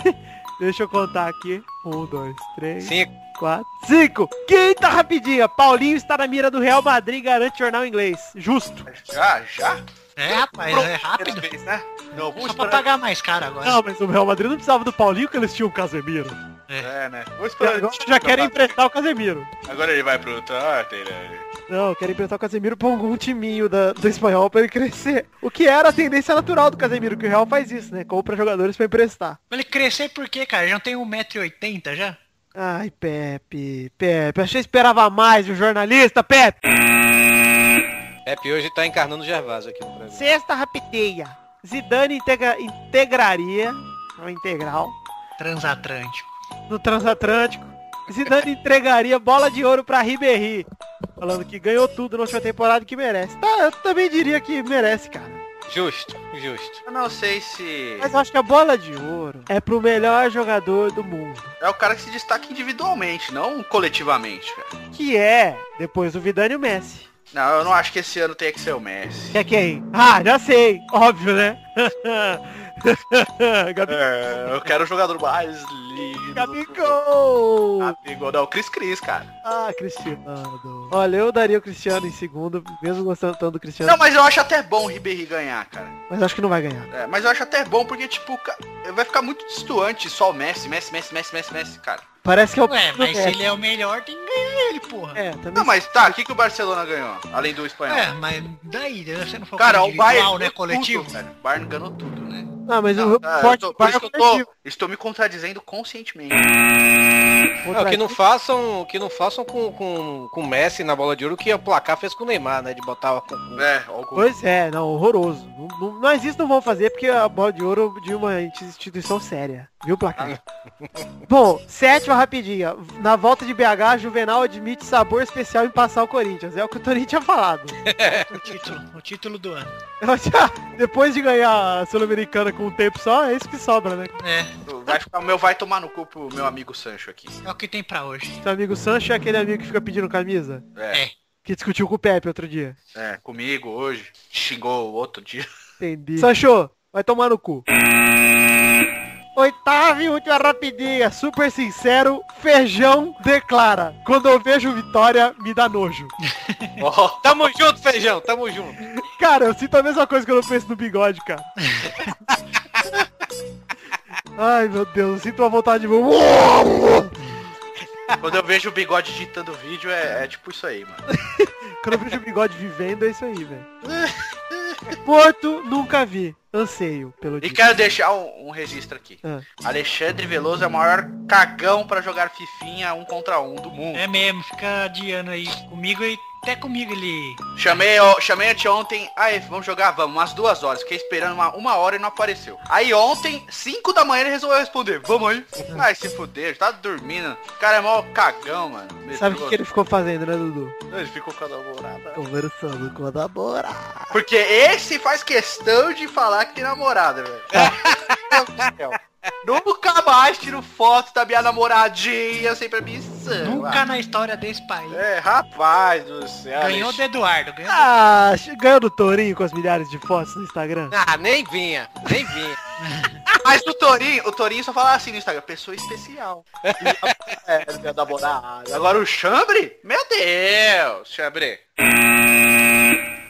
Speaker 1: (laughs) Deixa eu contar aqui. Um, dois, três,
Speaker 2: Cinco.
Speaker 1: quatro, cinco. Quinta rapidinha. Paulinho está na mira do Real Madrid, garante jornal inglês. Justo.
Speaker 3: Já, já?
Speaker 6: É, rapaz, é rápido. É
Speaker 3: Primeira vez, né? Não, vou
Speaker 6: Só pra
Speaker 3: esperar.
Speaker 6: pagar mais caro agora.
Speaker 1: Não, mas o Real Madrid não precisava do Paulinho, que eles tinham o Casemiro.
Speaker 3: É, né? Vou
Speaker 1: E
Speaker 3: esperar.
Speaker 1: agora já querem emprestar o Casemiro.
Speaker 3: Agora ele vai pro Tottenham. né?
Speaker 1: Não, querem emprestar o Casemiro pra algum timinho da- do espanhol pra ele (laughs) crescer. O que era a tendência natural do Casemiro, que o Real faz isso, né? Compra jogadores pra emprestar.
Speaker 6: Pra Ele crescer por quê, cara? Já não tem 1,80m já?
Speaker 1: Ai, Pepe, Pepe, achei que esperava mais de um jornalista, Pepe.
Speaker 2: Pepe hoje tá encarnando o Gervásio aqui no Brasil.
Speaker 1: Sexta rapideia. Zidane integra- integraria, ou integral,
Speaker 6: Transatlântico.
Speaker 1: no Transatlântico. Zidane entregaria bola de ouro pra Ribéry. Falando que ganhou tudo na última temporada e que merece. Tá, eu também diria que merece, cara.
Speaker 2: Justo, justo.
Speaker 3: Eu não sei se...
Speaker 1: Mas eu acho que a bola de ouro é pro melhor jogador do mundo.
Speaker 3: É o cara que se destaca individualmente, não coletivamente, cara.
Speaker 1: Que é, depois do Vidani e o Messi. é
Speaker 3: Não, eu não acho que esse ano tenha que ser o
Speaker 1: (laughs)
Speaker 3: Messi.
Speaker 1: Que é quem? Ah, já sei. Óbvio, né? Gabi,
Speaker 3: É, eu quero o jogador mais lindo.
Speaker 1: Gabigol!
Speaker 3: Gabigol, não, Cris Cris, cara.
Speaker 1: Ah, Cristiano. Olha, eu daria o Cristiano em segundo, mesmo gostando tanto do Cristiano,
Speaker 3: Não, mas eu acho até bom o Ribéry ganhar, cara.
Speaker 1: mas acho que não vai ganhar.
Speaker 3: É, mas eu acho até bom porque, tipo, ca- vai ficar muito distoante só o Messi, Messi, Messi, Messi, Messi, Messi, cara.
Speaker 1: Parece que é o...
Speaker 10: Ué, mas se ele é o melhor, tem que ganhar ele, porra.
Speaker 1: É, também...
Speaker 3: Não, mas tá, o que, que o Barcelona ganhou? Além do espanhol.
Speaker 6: um
Speaker 10: É, mas daí, né, você não for
Speaker 3: Cara,
Speaker 10: falar
Speaker 3: o Bayern
Speaker 10: individual, né,
Speaker 3: ganhou
Speaker 10: coletivo.
Speaker 3: tudo, cara. O Bayern ganhou tudo, né?
Speaker 1: Ah, mas o
Speaker 3: Ah, eu
Speaker 1: forte
Speaker 3: tô- por
Speaker 1: Bayern
Speaker 3: isso que eu
Speaker 1: coletivo.
Speaker 3: tô, estou me contradizendo conscientemente.
Speaker 2: É, o que não façam, o que não façam com, com, com o Messi na bola de ouro, o que o placar fez com o Neymar, né? De botar o-
Speaker 3: É, ó, o gol.
Speaker 1: Pois é, não, horroroso. Não, não, mas isso não vão fazer porque a bola de ouro de uma instituição séria. Viu, placar?
Speaker 3: (laughs)
Speaker 1: Bom, sétima rapidinha. Na volta de BH, Juvenal admite sabor especial em passar o Corinthians. É o que o Torinho tinha falado.
Speaker 10: O título, o título do ano.
Speaker 1: Eu já- (laughs) Depois de ganhar a Sul-Americana com um tempo só, é isso que sobra, né?
Speaker 10: É,
Speaker 3: Vai ficar, o meu vai tomar no cu pro meu amigo Sancho aqui.
Speaker 10: é o que tem pra hoje.
Speaker 1: Seu amigo Sancho é aquele amigo que fica pedindo camisa?
Speaker 3: É.
Speaker 10: É.
Speaker 1: Que discutiu com o Pepe outro dia.
Speaker 3: É, comigo hoje. Xingou o outro dia.
Speaker 1: Entendi. Sancho, vai tomar no cu. Oitava e última rapidinha, é super sincero, feijão declara. Quando eu vejo vitória, me dá nojo.
Speaker 3: Ó,
Speaker 2: Tamo junto, feijão, tamo junto.
Speaker 1: Cara, eu sinto a mesma coisa quando eu penso no bigode, cara. Ai meu Deus, eu sinto uma vontade de. Quando
Speaker 3: quando eu vejo o bigode digitando o vídeo, é, é tipo isso aí, mano.
Speaker 1: eu vejo o bigode vivendo, é isso aí, velho. Porto, nunca vi. Anseio pelo
Speaker 3: E
Speaker 1: (laughs) dia.
Speaker 3: quero deixar um, um registro aqui.
Speaker 1: Ah.
Speaker 3: Alexandre Veloso é o maior cagão pra jogar fifinha um contra um do mundo.
Speaker 10: É mesmo, fica adiando aí comigo e até comigo ele.
Speaker 3: Chamei, ó, chamei anteontem, aí vamos jogar, vamos, umas duas horas. Fiquei esperando uma, uma hora e não apareceu. Aí ontem, 5 da manhã, ele resolveu responder, vamos aí.
Speaker 1: Ah.
Speaker 3: Ai, se fuder, tá dormindo. O cara é mó cagão, mano.
Speaker 1: Sabe o que
Speaker 3: Metrô.
Speaker 1: que ele ficou fazendo, né, Dudu?
Speaker 3: Ele ficou com a namorada.
Speaker 6: Conversando com a namorada.
Speaker 3: Porque esse faz questão de falar que tem namorada, velho.
Speaker 10: É.
Speaker 3: Meu Deus do céu. Nunca mais tiro foto da minha namoradinha sem permissão.
Speaker 10: Nunca na história desse país.
Speaker 3: É, rapaz do céu.
Speaker 2: É,
Speaker 10: Ganhou do Eduardo, ganhou do-
Speaker 1: Ah, che- ganhou do Tourinho com as milhares de fotos no Instagram?
Speaker 2: Ah, nem vinha, nem vinha.
Speaker 3: Mas o Torinho, o Torinho só fala assim no Instagram, pessoa
Speaker 10: (laughs)
Speaker 3: especial. é, minha namorada. Agora o Chambre? Meu Deus, Chambre.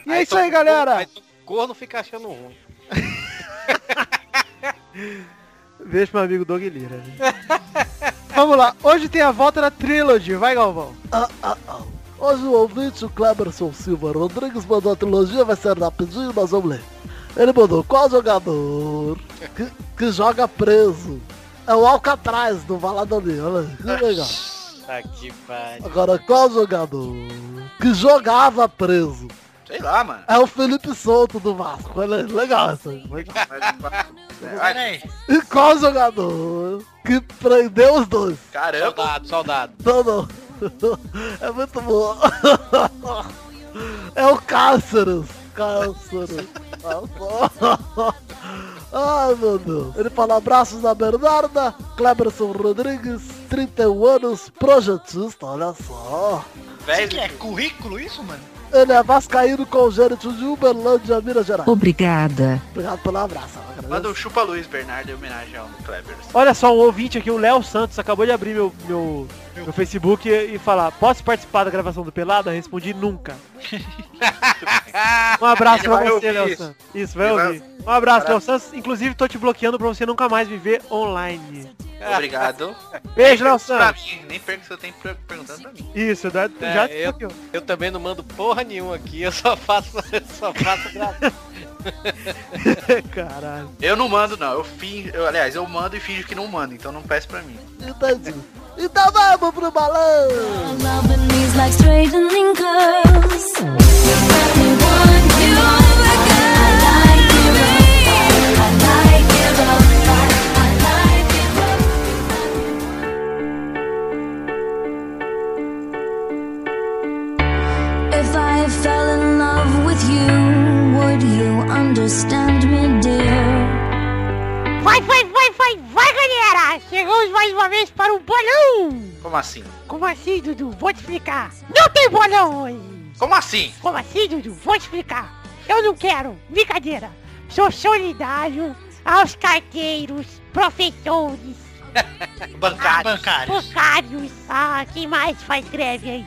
Speaker 1: E é isso aí, galera.
Speaker 2: O corno fica achando ruim.
Speaker 1: Beijo pro meu amigo Doug Lira. né? (laughs) Vamos lá, hoje tem a volta da Trilogy, vai Galvão.
Speaker 6: Ah, ah, ah. Hoje o ouvinte, o Cleberson Silva Rodrigues, mandou a trilogia, vai ser rapidinho, mas vamos ler. Ele mandou qual jogador que, que joga preso? É o Alcatraz do Valladolid, olha aí, que legal.
Speaker 2: Tá que pariu.
Speaker 6: Agora, qual jogador que jogava preso?
Speaker 3: Sei lá, mano.
Speaker 6: É o Felipe Souto do Vasco, olha aí, legal essa aí. legal.
Speaker 3: Ai,
Speaker 10: Peraí.
Speaker 6: E qual jogador que prendeu os dois?
Speaker 3: Caramba.
Speaker 2: Soldado, soldado.
Speaker 6: Não, não. É muito bom. É o Cáceres. Cáceres. Ah, Ai, meu Deus. Ele fala abraços da Bernarda, Cleberson Rodrigues, 31 anos, projetista, olha só.
Speaker 10: Isso que é currículo isso, mano?
Speaker 6: Ele é vascaíno congênito de Uberlândia, Minas Gerais.
Speaker 11: Obrigada.
Speaker 6: Obrigado pelo abraço. eu agradeço.
Speaker 3: Manda um chupa Luiz Bernardo em homenagem ao Kleber.
Speaker 1: Olha só, um ouvinte aqui, o Léo Santos, acabou de abrir meu, meu, meu Facebook e, e falar, posso participar da gravação do Pelada? Respondi nunca. Um abraço
Speaker 3: Ele
Speaker 1: pra
Speaker 3: vai
Speaker 1: você,
Speaker 3: ouvir
Speaker 1: Léo
Speaker 3: isso.
Speaker 1: Santos. Isso, vai
Speaker 3: Ele vai-
Speaker 1: ouvir. Um abraço, Léo Santos. Inclusive, tô te bloqueando pra você nunca mais me ver online.
Speaker 6: Ah. (laughs)
Speaker 3: Obrigado.
Speaker 1: Beijo, Léo
Speaker 3: Pra
Speaker 1: Santos.
Speaker 3: mim, nem perca seu tempo per- perguntando pra mim.
Speaker 1: Isso, já,
Speaker 2: É,
Speaker 1: já te
Speaker 2: eu-
Speaker 1: bloqueou.
Speaker 2: Eu também não mando porra nenhuma aqui, eu só faço, (laughs) eu só faço gravação.
Speaker 1: (laughs) Caralho.
Speaker 3: Eu não mando, não. Eu finjo. eu- aliás, eu mando e finjo que não mando, então não peço pra mim.
Speaker 6: Entendi. Então vamos pro balão.
Speaker 9: Loving these like straightening curls. We want you over, girl. I like it rough. I like it rough. I like it rough. If I fell in love with you, would you understand me, dear?
Speaker 12: Vai, vai, vai, vai, vai, galera! Chegamos mais uma vez para o bolão!
Speaker 3: Como assim?
Speaker 12: Como assim, Dudu? Vou te explicar. Não tem bolão hoje!
Speaker 3: Como assim?
Speaker 12: Como assim, Dudu? Vou te explicar. Eu não quero. Brincadeira. Sou solidário.
Speaker 13: aos carteiros, professores,
Speaker 2: Bancários.
Speaker 6: Bancários.
Speaker 13: bancários. Ah, quem mais faz greve aí?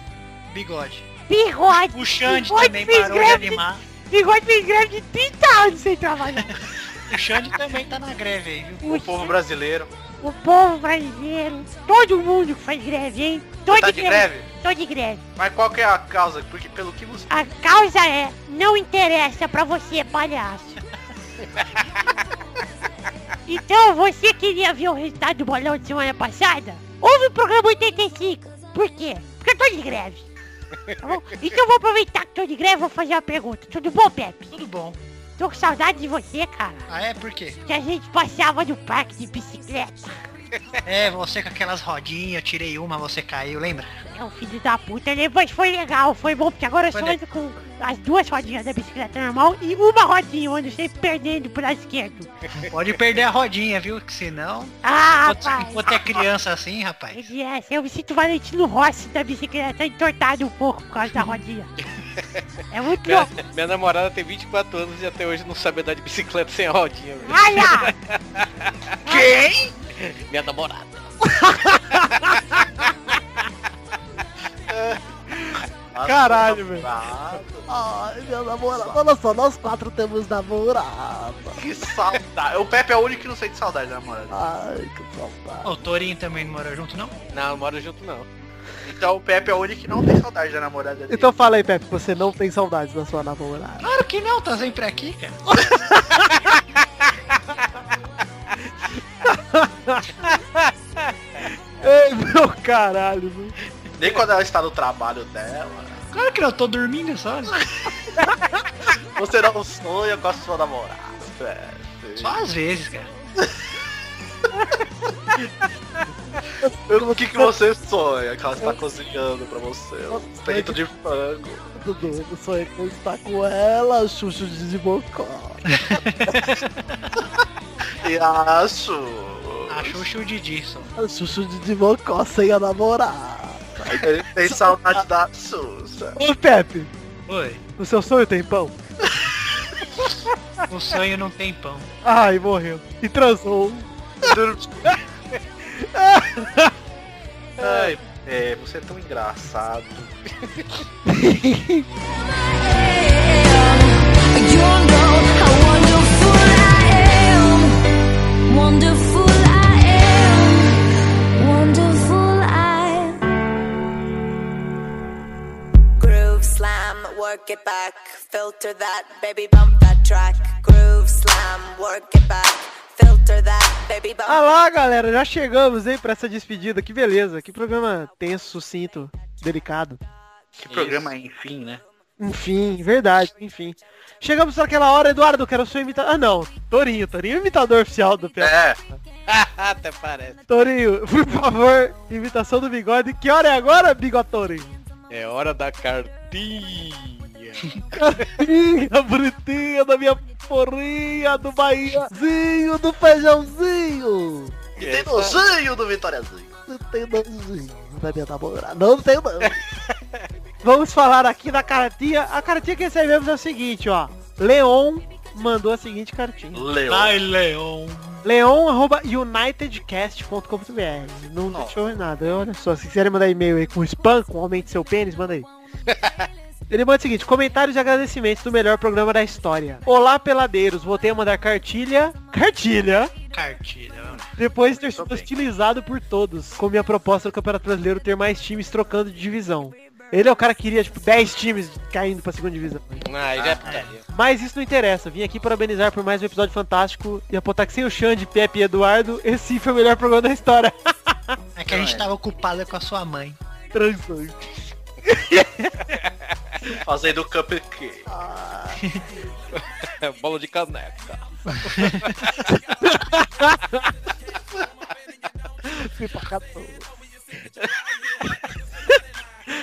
Speaker 6: Bigode.
Speaker 13: Bigode.
Speaker 6: O Xande
Speaker 13: Bigode
Speaker 6: também
Speaker 13: fez
Speaker 6: parou de
Speaker 13: greve
Speaker 6: animar.
Speaker 13: Bigode fez greve de 30 anos sem trabalhar.
Speaker 6: O Xande também tá na greve aí, viu?
Speaker 13: O,
Speaker 3: O povo brasileiro.
Speaker 13: o povo brasileiro, todo mundo que faz greve, hein? Tô
Speaker 3: Tá de greve?
Speaker 13: Tô de greve.
Speaker 3: Mas qual que é a causa? Porque pelo que você.
Speaker 13: A causa é, não interessa pra você, palhaço.
Speaker 6: (laughs)
Speaker 13: então, você queria ver o resultado do bolão de semana passada? Ouve o programa 85. Por quê? Porque eu tô de greve. Tá bom? Então eu vou aproveitar que tô de greve e vou fazer uma pergunta. Tudo bom, Pepe?
Speaker 6: Tudo bom.
Speaker 13: Tô com saudade de você, cara.
Speaker 6: Ah, é? Por quê?
Speaker 13: Que a gente passeava no parque de bicicleta.
Speaker 6: É, você com aquelas rodinhas, eu tirei uma, você caiu, lembra?
Speaker 13: É um filho da puta, né? mas foi legal, foi bom, porque agora eu só
Speaker 6: Foi
Speaker 13: ando com as duas rodinhas da bicicleta normal e uma rodinha, eu ando sempre perdendo pro lado esquerdo.
Speaker 6: Não Pode perder a rodinha, viu? Que senão,
Speaker 13: Ah,
Speaker 6: enquanto,
Speaker 13: rapaz!
Speaker 6: enquanto é criança assim, rapaz.
Speaker 13: Yes, eu me sinto Valentino Rossi da bicicleta entortado um pouco por causa da rodinha. É muito
Speaker 2: Minha,
Speaker 13: louco.
Speaker 2: minha namorada tem 24 anos e até hoje não sabe andar de bicicleta sem a rodinha, velho.
Speaker 13: Olha!
Speaker 6: Quem?
Speaker 2: Minha namorada.
Speaker 1: Caralho, velho. (laughs)
Speaker 5: Ai, meu namorado. Olha só, nós quatro temos namorada.
Speaker 3: (laughs) Que saudade. O Pepe é o único que não sente saudade da namorada.
Speaker 5: Ai, que saudade.
Speaker 6: O Torinho também não mora junto, não?
Speaker 2: Não, não moro junto não.
Speaker 3: Então o Pepe é o único que não tem saudade da namorada dele.
Speaker 5: Então fala aí, Pepe, você não tem saudades da sua namorada.
Speaker 6: Claro que não, tá sempre aqui, cara.
Speaker 1: Ei, meu caralho, velho.
Speaker 3: Nem quando ela está no trabalho dela.
Speaker 6: Claro que não, eu tô dormindo só.
Speaker 3: Você não sonha com a sua namorada. Pepe.
Speaker 2: Ah,
Speaker 6: Só às vezes, cara.
Speaker 3: O que, que você sonha que ela está cozinhando pra você? Um peito de frango.
Speaker 5: Dudu, eu sonhei que eu estar com ela, Xuxo de Bocó.
Speaker 3: E acho.
Speaker 6: A Xuxa e o Didi só.
Speaker 5: Xuxo É de Bocó sem a namorada.
Speaker 3: Ele tem saudade da Xuxa.
Speaker 1: Ô, Pepe,
Speaker 6: Oi,
Speaker 1: no seu sonho tem pão? Um
Speaker 6: o sonho não tem
Speaker 3: (laughs)
Speaker 6: pão.
Speaker 1: Ai, morreu. E transou.
Speaker 3: Ai, é, você é tão engraçado.
Speaker 9: You know how wonderful I am. Wonderful I am. Wonderful I.
Speaker 14: Groove slam, work it back. Filter that, baby, bump that track. Groove slam, work it back. Filter that, baby, bump
Speaker 1: Ah lá, galera, já chegamos, hein, pra essa despedida. Que beleza, que programa tenso, sucinto, delicado.
Speaker 3: Que programa, enfim, né?
Speaker 1: Enfim, verdade, enfim. Chegamos naquela hora, Eduardo, que era o seu imitador. Ah, não, Torinho, Torinho é o imitador oficial do Pepe.
Speaker 3: É,
Speaker 2: Até parece.
Speaker 1: Torinho, por favor, imitação do bigode. Que hora é agora, bigotorinho?
Speaker 2: É hora da cartinha.
Speaker 1: Minha bonitinha da minha porrinha do Bahiazinho, do feijãozinho.
Speaker 3: e tem nozinho do Vitóriazinho.
Speaker 5: Não tem nozinho da minha namorada. Não tem não.
Speaker 1: Vamos falar aqui da cartinha. A cartinha que recebemos é o seguinte, ó. Leon mandou a seguinte cartinha.
Speaker 3: Leo.
Speaker 6: Vai, Leon.
Speaker 1: leon.unitedcast.com.br Não deixou nada, olha só. Se quiserem mandar e-mail aí com spam, com aumente seu pênis, manda
Speaker 6: (laughs)
Speaker 1: aí. Ele manda o seguinte, comentários e agradecimentos do melhor programa da história. Olá, peladeiros. Voltei a mandar cartilha. Cartilha?
Speaker 6: Cartilha, vamos lá.
Speaker 1: Depois de ter sido hostilizado por todos, com minha proposta do Campeonato Brasileiro ter mais times trocando de divisão. Ele é o cara que queria, tipo, 10 times caindo pra segunda divisão.
Speaker 2: (laughs) Ah, ele é putaria.
Speaker 1: Mas isso não interessa. Vim aqui parabenizar por mais um episódio fantástico e apontar que sem o Xande, Pepe e Eduardo, esse sim foi o melhor programa da história.
Speaker 6: É que a gente tava ocupado com a sua mãe.
Speaker 1: Transões.
Speaker 3: Fazendo cupcake.
Speaker 2: É bolo de caneca.
Speaker 1: (laughs)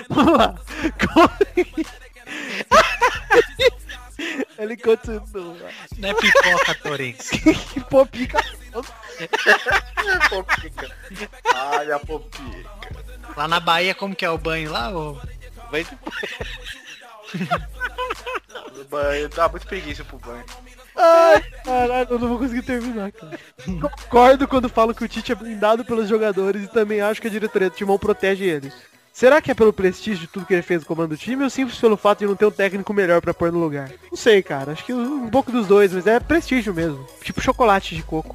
Speaker 1: Vamos lá.
Speaker 6: (laughs)
Speaker 1: Com- Ele continua.
Speaker 6: Não é pipoca, Torinho.
Speaker 1: (laughs) Que popica.
Speaker 3: Popica. Ai, a popica.
Speaker 6: Lá na Bahia, como que é o banho lá? ô?
Speaker 2: Vai
Speaker 8: tá
Speaker 3: O banho- Dá muito preguiça pro banho.
Speaker 1: Ai, caralho, eu não vou conseguir terminar, cara. Concordo quando falo que o Tite é blindado pelos jogadores e também acho que a diretoria do Timão protege eles. Será que é pelo prestígio de tudo que ele fez no comando do time ou simples pelo fato de não ter um técnico melhor pra pôr no lugar? Não sei, cara. Acho que um pouco dos dois, mas é prestígio mesmo. Tipo chocolate de coco.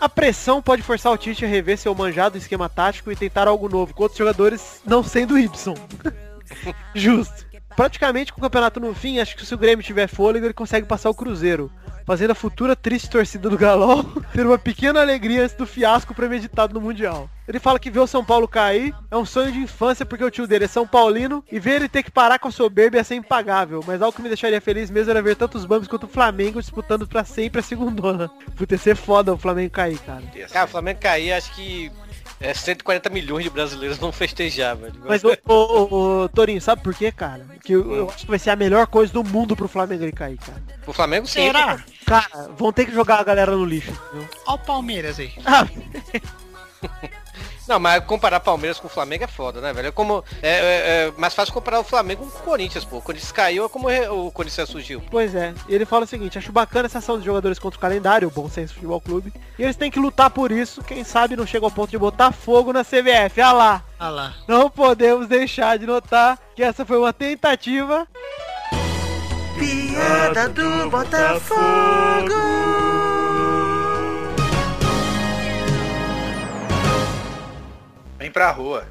Speaker 1: A pressão pode forçar o Tite a rever seu manjado esquema tático e tentar algo novo com outros jogadores não sendo Y. (laughs) Justo. Praticamente com o campeonato no fim, acho que se o Grêmio tiver fôlego, ele consegue passar o Cruzeiro, fazendo a futura triste torcida do Galol (laughs) ter uma pequena alegria antes do fiasco premeditado no Mundial. Ele fala que ver o São Paulo cair é um sonho de infância porque o tio dele é São Paulino e ver ele ter que parar com a soberba ia ser impagável, mas algo que me deixaria feliz mesmo era ver tantos bancos quanto o Flamengo disputando pra sempre a segundona. (laughs) Puta, ia ser foda o Flamengo cair, cara.
Speaker 2: Cara, o Flamengo cair, acho que é, 140 milhões de brasileiros vão festejar, velho.
Speaker 1: Mas ô, ô, ô, ô, Torinho, sabe por quê, cara? Que eu, eu acho que vai ser a melhor coisa do mundo pro Flamengo ele cair, cara.
Speaker 2: o Flamengo sim.
Speaker 6: Será?
Speaker 1: Cara, vão ter que jogar a galera no lixo, entendeu?
Speaker 6: Olha o Palmeiras aí.
Speaker 2: Não, mas comparar Palmeiras com o Flamengo é foda, né, velho? É como, é, é, é mais fácil comparar o Flamengo com o Corinthians, pô. O Corinthians caiu é como re- o Corinthians surgiu.
Speaker 1: Pois é, e ele fala o seguinte, acho bacana essa ação dos jogadores contra o calendário, o Bom Senso Futebol Clube, e eles têm que lutar por isso, quem sabe não chega ao ponto de botar fogo na CBF, ah lá,
Speaker 6: Olha lá.
Speaker 1: não podemos deixar de notar que essa foi uma tentativa
Speaker 8: Piada do Botafogo.
Speaker 3: Vem pra rua.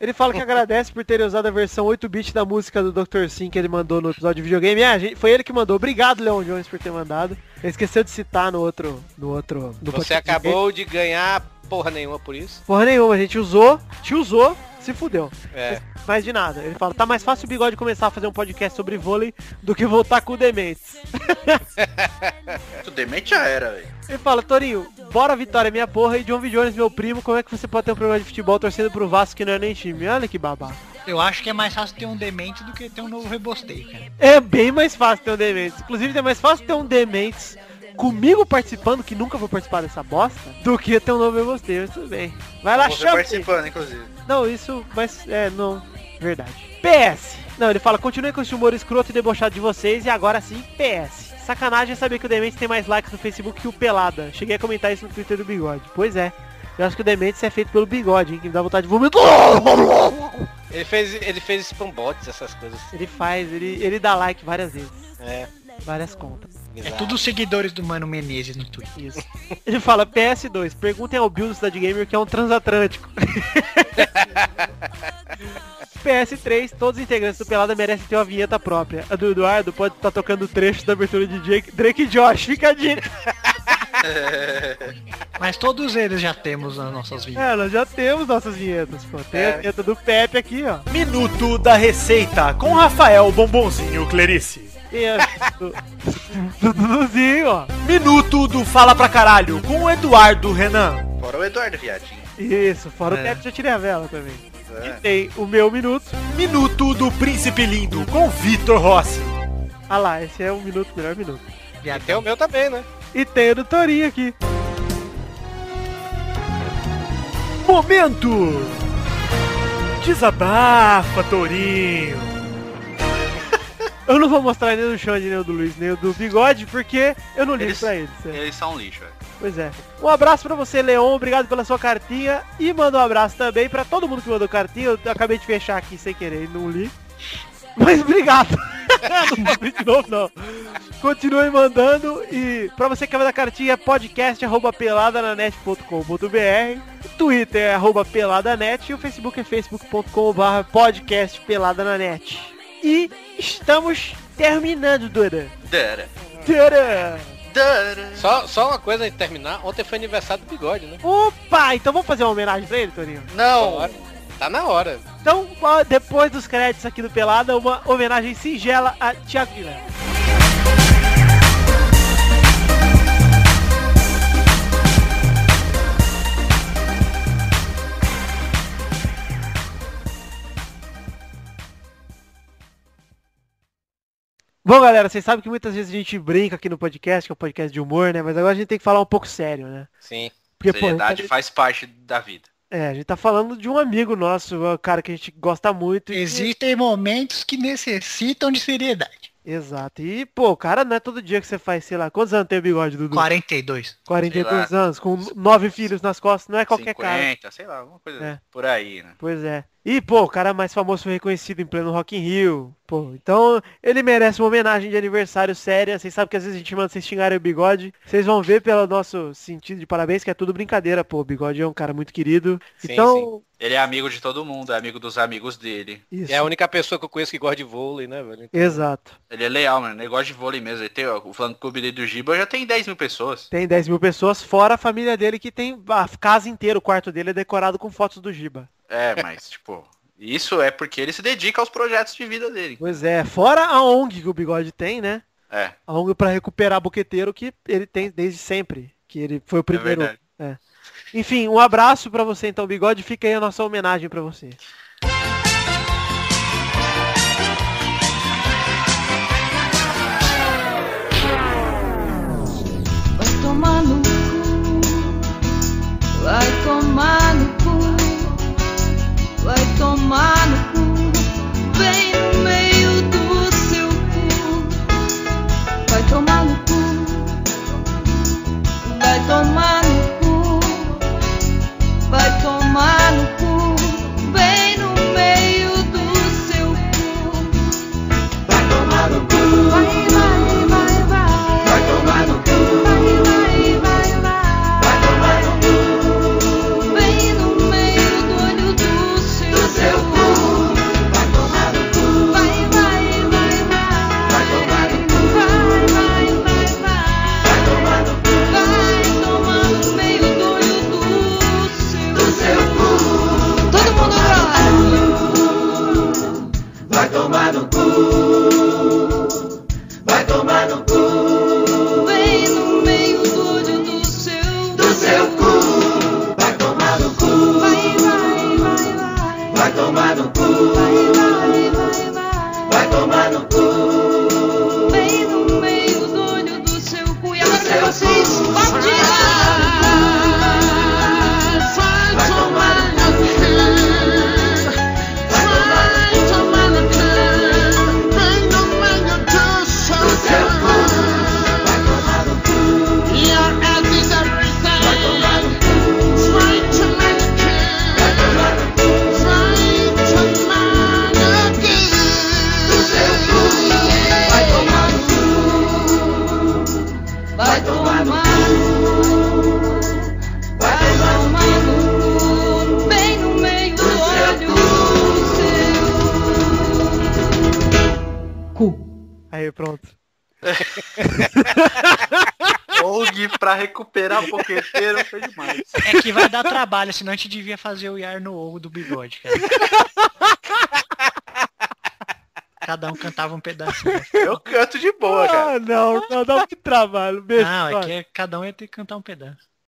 Speaker 1: Ele fala que agradece por terem usado a versão 8-bit da música do Dr. Sim que ele mandou no episódio de videogame. É, a gente- foi ele que mandou. Obrigado, Leon Jones, por ter mandado. Ele esqueceu de citar no outro. No outro. No podcast.
Speaker 2: Você acabou de ganhar porra nenhuma por isso.
Speaker 1: Porra nenhuma, a gente usou, te usou, se fudeu.
Speaker 2: É.
Speaker 1: Mas de nada. Ele fala, tá mais fácil o bigode começar a fazer um podcast sobre vôlei do que voltar com o Dementes.
Speaker 3: Tu demente já era, velho.
Speaker 1: Ele fala, Torinho, bora vitória minha porra e John V. Jones, meu primo, como é que você pode ter um problema de futebol torcendo pro Vasco que não é nem time? Olha que babá.
Speaker 6: Eu acho que é mais fácil ter um demente do que ter um novo rebosteio, cara.
Speaker 1: É bem mais fácil ter um Dementes. Inclusive, é mais fácil ter um Dementes comigo participando, que nunca vou participar dessa bosta, do que ter um novo Eu Gostei. Mas tudo bem. Vai lá,
Speaker 3: Você
Speaker 1: chama.
Speaker 3: participando, inclusive.
Speaker 1: Não, isso, mas é, não. Verdade. PS. Não, ele fala, continue com esse humor escroto e debochado de vocês e agora sim, PS. Sacanagem é saber que o Dementes tem mais likes no Facebook que o Pelada. Cheguei a comentar isso no Twitter do Bigode. Pois é. Eu acho que o Dementes é feito pelo Bigode, hein, que me dá vontade de
Speaker 3: (laughs)
Speaker 1: vomitar.
Speaker 2: Ele fez, ele fez spam bots, essas coisas. assim,
Speaker 1: Ele faz, ele, ele dá like várias vezes.
Speaker 2: É.
Speaker 1: Várias contas.
Speaker 6: É tudo os seguidores do Mano Menezes no Twitter.
Speaker 1: Isso. Ele fala PS2, perguntem ao Bill do Cidade Gamer que é um transatlântico. PS3, todos os integrantes do Pelada merecem ter uma vinheta própria. A do Eduardo pode estar tocando trechos da abertura de Jake, Drake e Josh, fica
Speaker 8: (laughs)
Speaker 1: a dica.
Speaker 6: Mas todos eles já temos nas nossas vidas.
Speaker 1: É, nós já temos nossas vinhetas, pô. Tem a
Speaker 6: É.
Speaker 1: vinheta do Pepe aqui, ó.
Speaker 8: Minuto da Receita com Rafael Bombonzinho Clarice.
Speaker 1: Tem a do, do Duduzinho, ó.
Speaker 8: Minuto do Fala Pra Caralho com o Eduardo Renan.
Speaker 3: Fora o Eduardo, viadinho.
Speaker 1: Isso, fora
Speaker 8: É.
Speaker 1: o Pepe já tirei a vela também.
Speaker 3: É.
Speaker 1: Tem o meu minuto.
Speaker 8: Minuto do Príncipe Lindo com Vitor Rossi.
Speaker 1: Ah lá, esse é o minuto, melhor minuto.
Speaker 2: E tem o meu também, né?
Speaker 1: E tem o do Torinho aqui. Momento!
Speaker 8: Desabafa,
Speaker 2: (laughs)
Speaker 8: Torinho.
Speaker 1: Eu não vou mostrar nem o do Xande, nem o do Luiz, nem o do Bigode, porque eu não ligo
Speaker 3: Eles-
Speaker 1: pra eles. é.
Speaker 3: Eles são um lixo, velho.
Speaker 1: Pois é. Um abraço pra você, Leon. Obrigado pela sua cartinha. E manda um abraço também pra todo mundo que mandou cartinha. Eu acabei de fechar aqui sem querer e não li. Mas obrigado. (laughs) não vou abrir de novo, não. Continue mandando. E pra você que manda cartinha, é podcast arroba peladananet.com.br. Twitter é arroba peladanet. E o Facebook é facebook.com.br podcast peladananet. E estamos terminando, Duran.
Speaker 3: Dara.
Speaker 1: Duran.
Speaker 3: Dara.
Speaker 2: Só, só uma coisa antes de terminar. Ontem foi aniversário do bigode, né?
Speaker 1: Opa! Então vamos fazer uma homenagem pra ele, Torinho?
Speaker 3: Não.
Speaker 2: Tá na hora.
Speaker 1: Então, ó, depois dos créditos aqui do Pelada, uma homenagem singela a Thiago Guilherme. Bom, galera, vocês sabem que muitas vezes a gente brinca aqui no podcast, que é um podcast de humor, né? Mas agora a gente tem que falar um pouco sério, né?
Speaker 2: Sim.
Speaker 1: Porque, pô, a gente tá
Speaker 3: Seriedade faz parte da vida.
Speaker 1: é, a gente tá falando de um amigo nosso, um cara que a gente gosta muito. e que-
Speaker 6: Existem momentos que necessitam de seriedade.
Speaker 1: Exato. E, pô, o cara não é todo dia que você faz, sei lá, quantos anos tem o bigode, Dudu?
Speaker 6: 42.
Speaker 1: 42
Speaker 3: Sei lá.
Speaker 1: anos, com nove filhos nas costas, não é qualquer cara.
Speaker 3: 50, sei lá, alguma coisa
Speaker 1: É.
Speaker 3: por aí, né?
Speaker 1: Pois é. E, pô, o cara mais famoso foi reconhecido em pleno Rock in Rio. Pô, então ele merece uma homenagem de aniversário séria. Vocês sabem que às vezes a gente manda vocês xingarem o bigode. Vocês vão ver pelo nosso sentido de parabéns que é tudo brincadeira, pô. O bigode é um cara muito querido.
Speaker 3: Sim,
Speaker 1: então,
Speaker 3: sim. Ele é amigo de todo mundo, é amigo dos amigos dele.
Speaker 1: Isso.
Speaker 2: É a única pessoa que eu conheço que gosta de vôlei, né, velho? Então,
Speaker 1: exato.
Speaker 3: Ele é leal, mano. Ele gosta de vôlei mesmo. Ele tem, ó, o fã clube dele do Giba já tem 10 mil pessoas.
Speaker 1: Tem 10 mil pessoas, fora a família dele que tem a casa inteira, o quarto dele é decorado com fotos do Giba.
Speaker 3: É, mas, (laughs) tipo, isso é porque ele se dedica aos projetos de vida dele.
Speaker 1: Pois é, fora a ONG que o bigode tem, né?
Speaker 3: É.
Speaker 1: A ONG pra recuperar boqueteiro que ele tem desde sempre. Que ele foi o primeiro.
Speaker 3: verdade.
Speaker 1: É. Enfim, um abraço pra você então, bigode. Fica aí a nossa homenagem pra você.
Speaker 13: Vai tomar no cu, vai tomar no cu, vai tomar no cu, bem no meio do seu cu. Vai tomar no cu, vai tomar no cu, vai tomar no cu, bem no meio do seu cu. Vai tomar no cu, vai, vai, vai, vai. Vai tomar no cu, vai, vai, vai, vai. Vai tomar no cu, bem no meio do olho do seu, do seu cu. Vai tomar no cu, vai, vai, vai, vai. Vai tomar no cu, vai, vai, vai, vai. Vai tomar no cu, vai tomar no meio do olho do seu, do seu cu. Todo mundo agora. Vai tomar no cu. Vai tomar no cu. Vem no meio do olho do seu. Do seu cu. Vai tomar no cu. Vai, vai, vai, vai. Vai tomar no cu. Vai, vai, vai, vai. Vai tomar no cu. Vem no meio do olho do seu cu. E agora pra vocês. Partilhar. Vai tomar no cu. Vai tomar no cu, vai tomar no cu, bem no meio do olho do seu.
Speaker 1: Aí, pronto.
Speaker 3: ONG pra recuperar o boqueteiro foi demais.
Speaker 6: É que vai dar trabalho, senão a gente devia fazer o Iar no ovo do bigode, cara. Cada um cantava um pedacinho.
Speaker 3: Eu canto de boa, cara.
Speaker 1: Ah, não, não, dá que trabalho. Beijo.
Speaker 6: Não, é
Speaker 1: cara.
Speaker 6: que cada um ia ter que cantar um pedaço.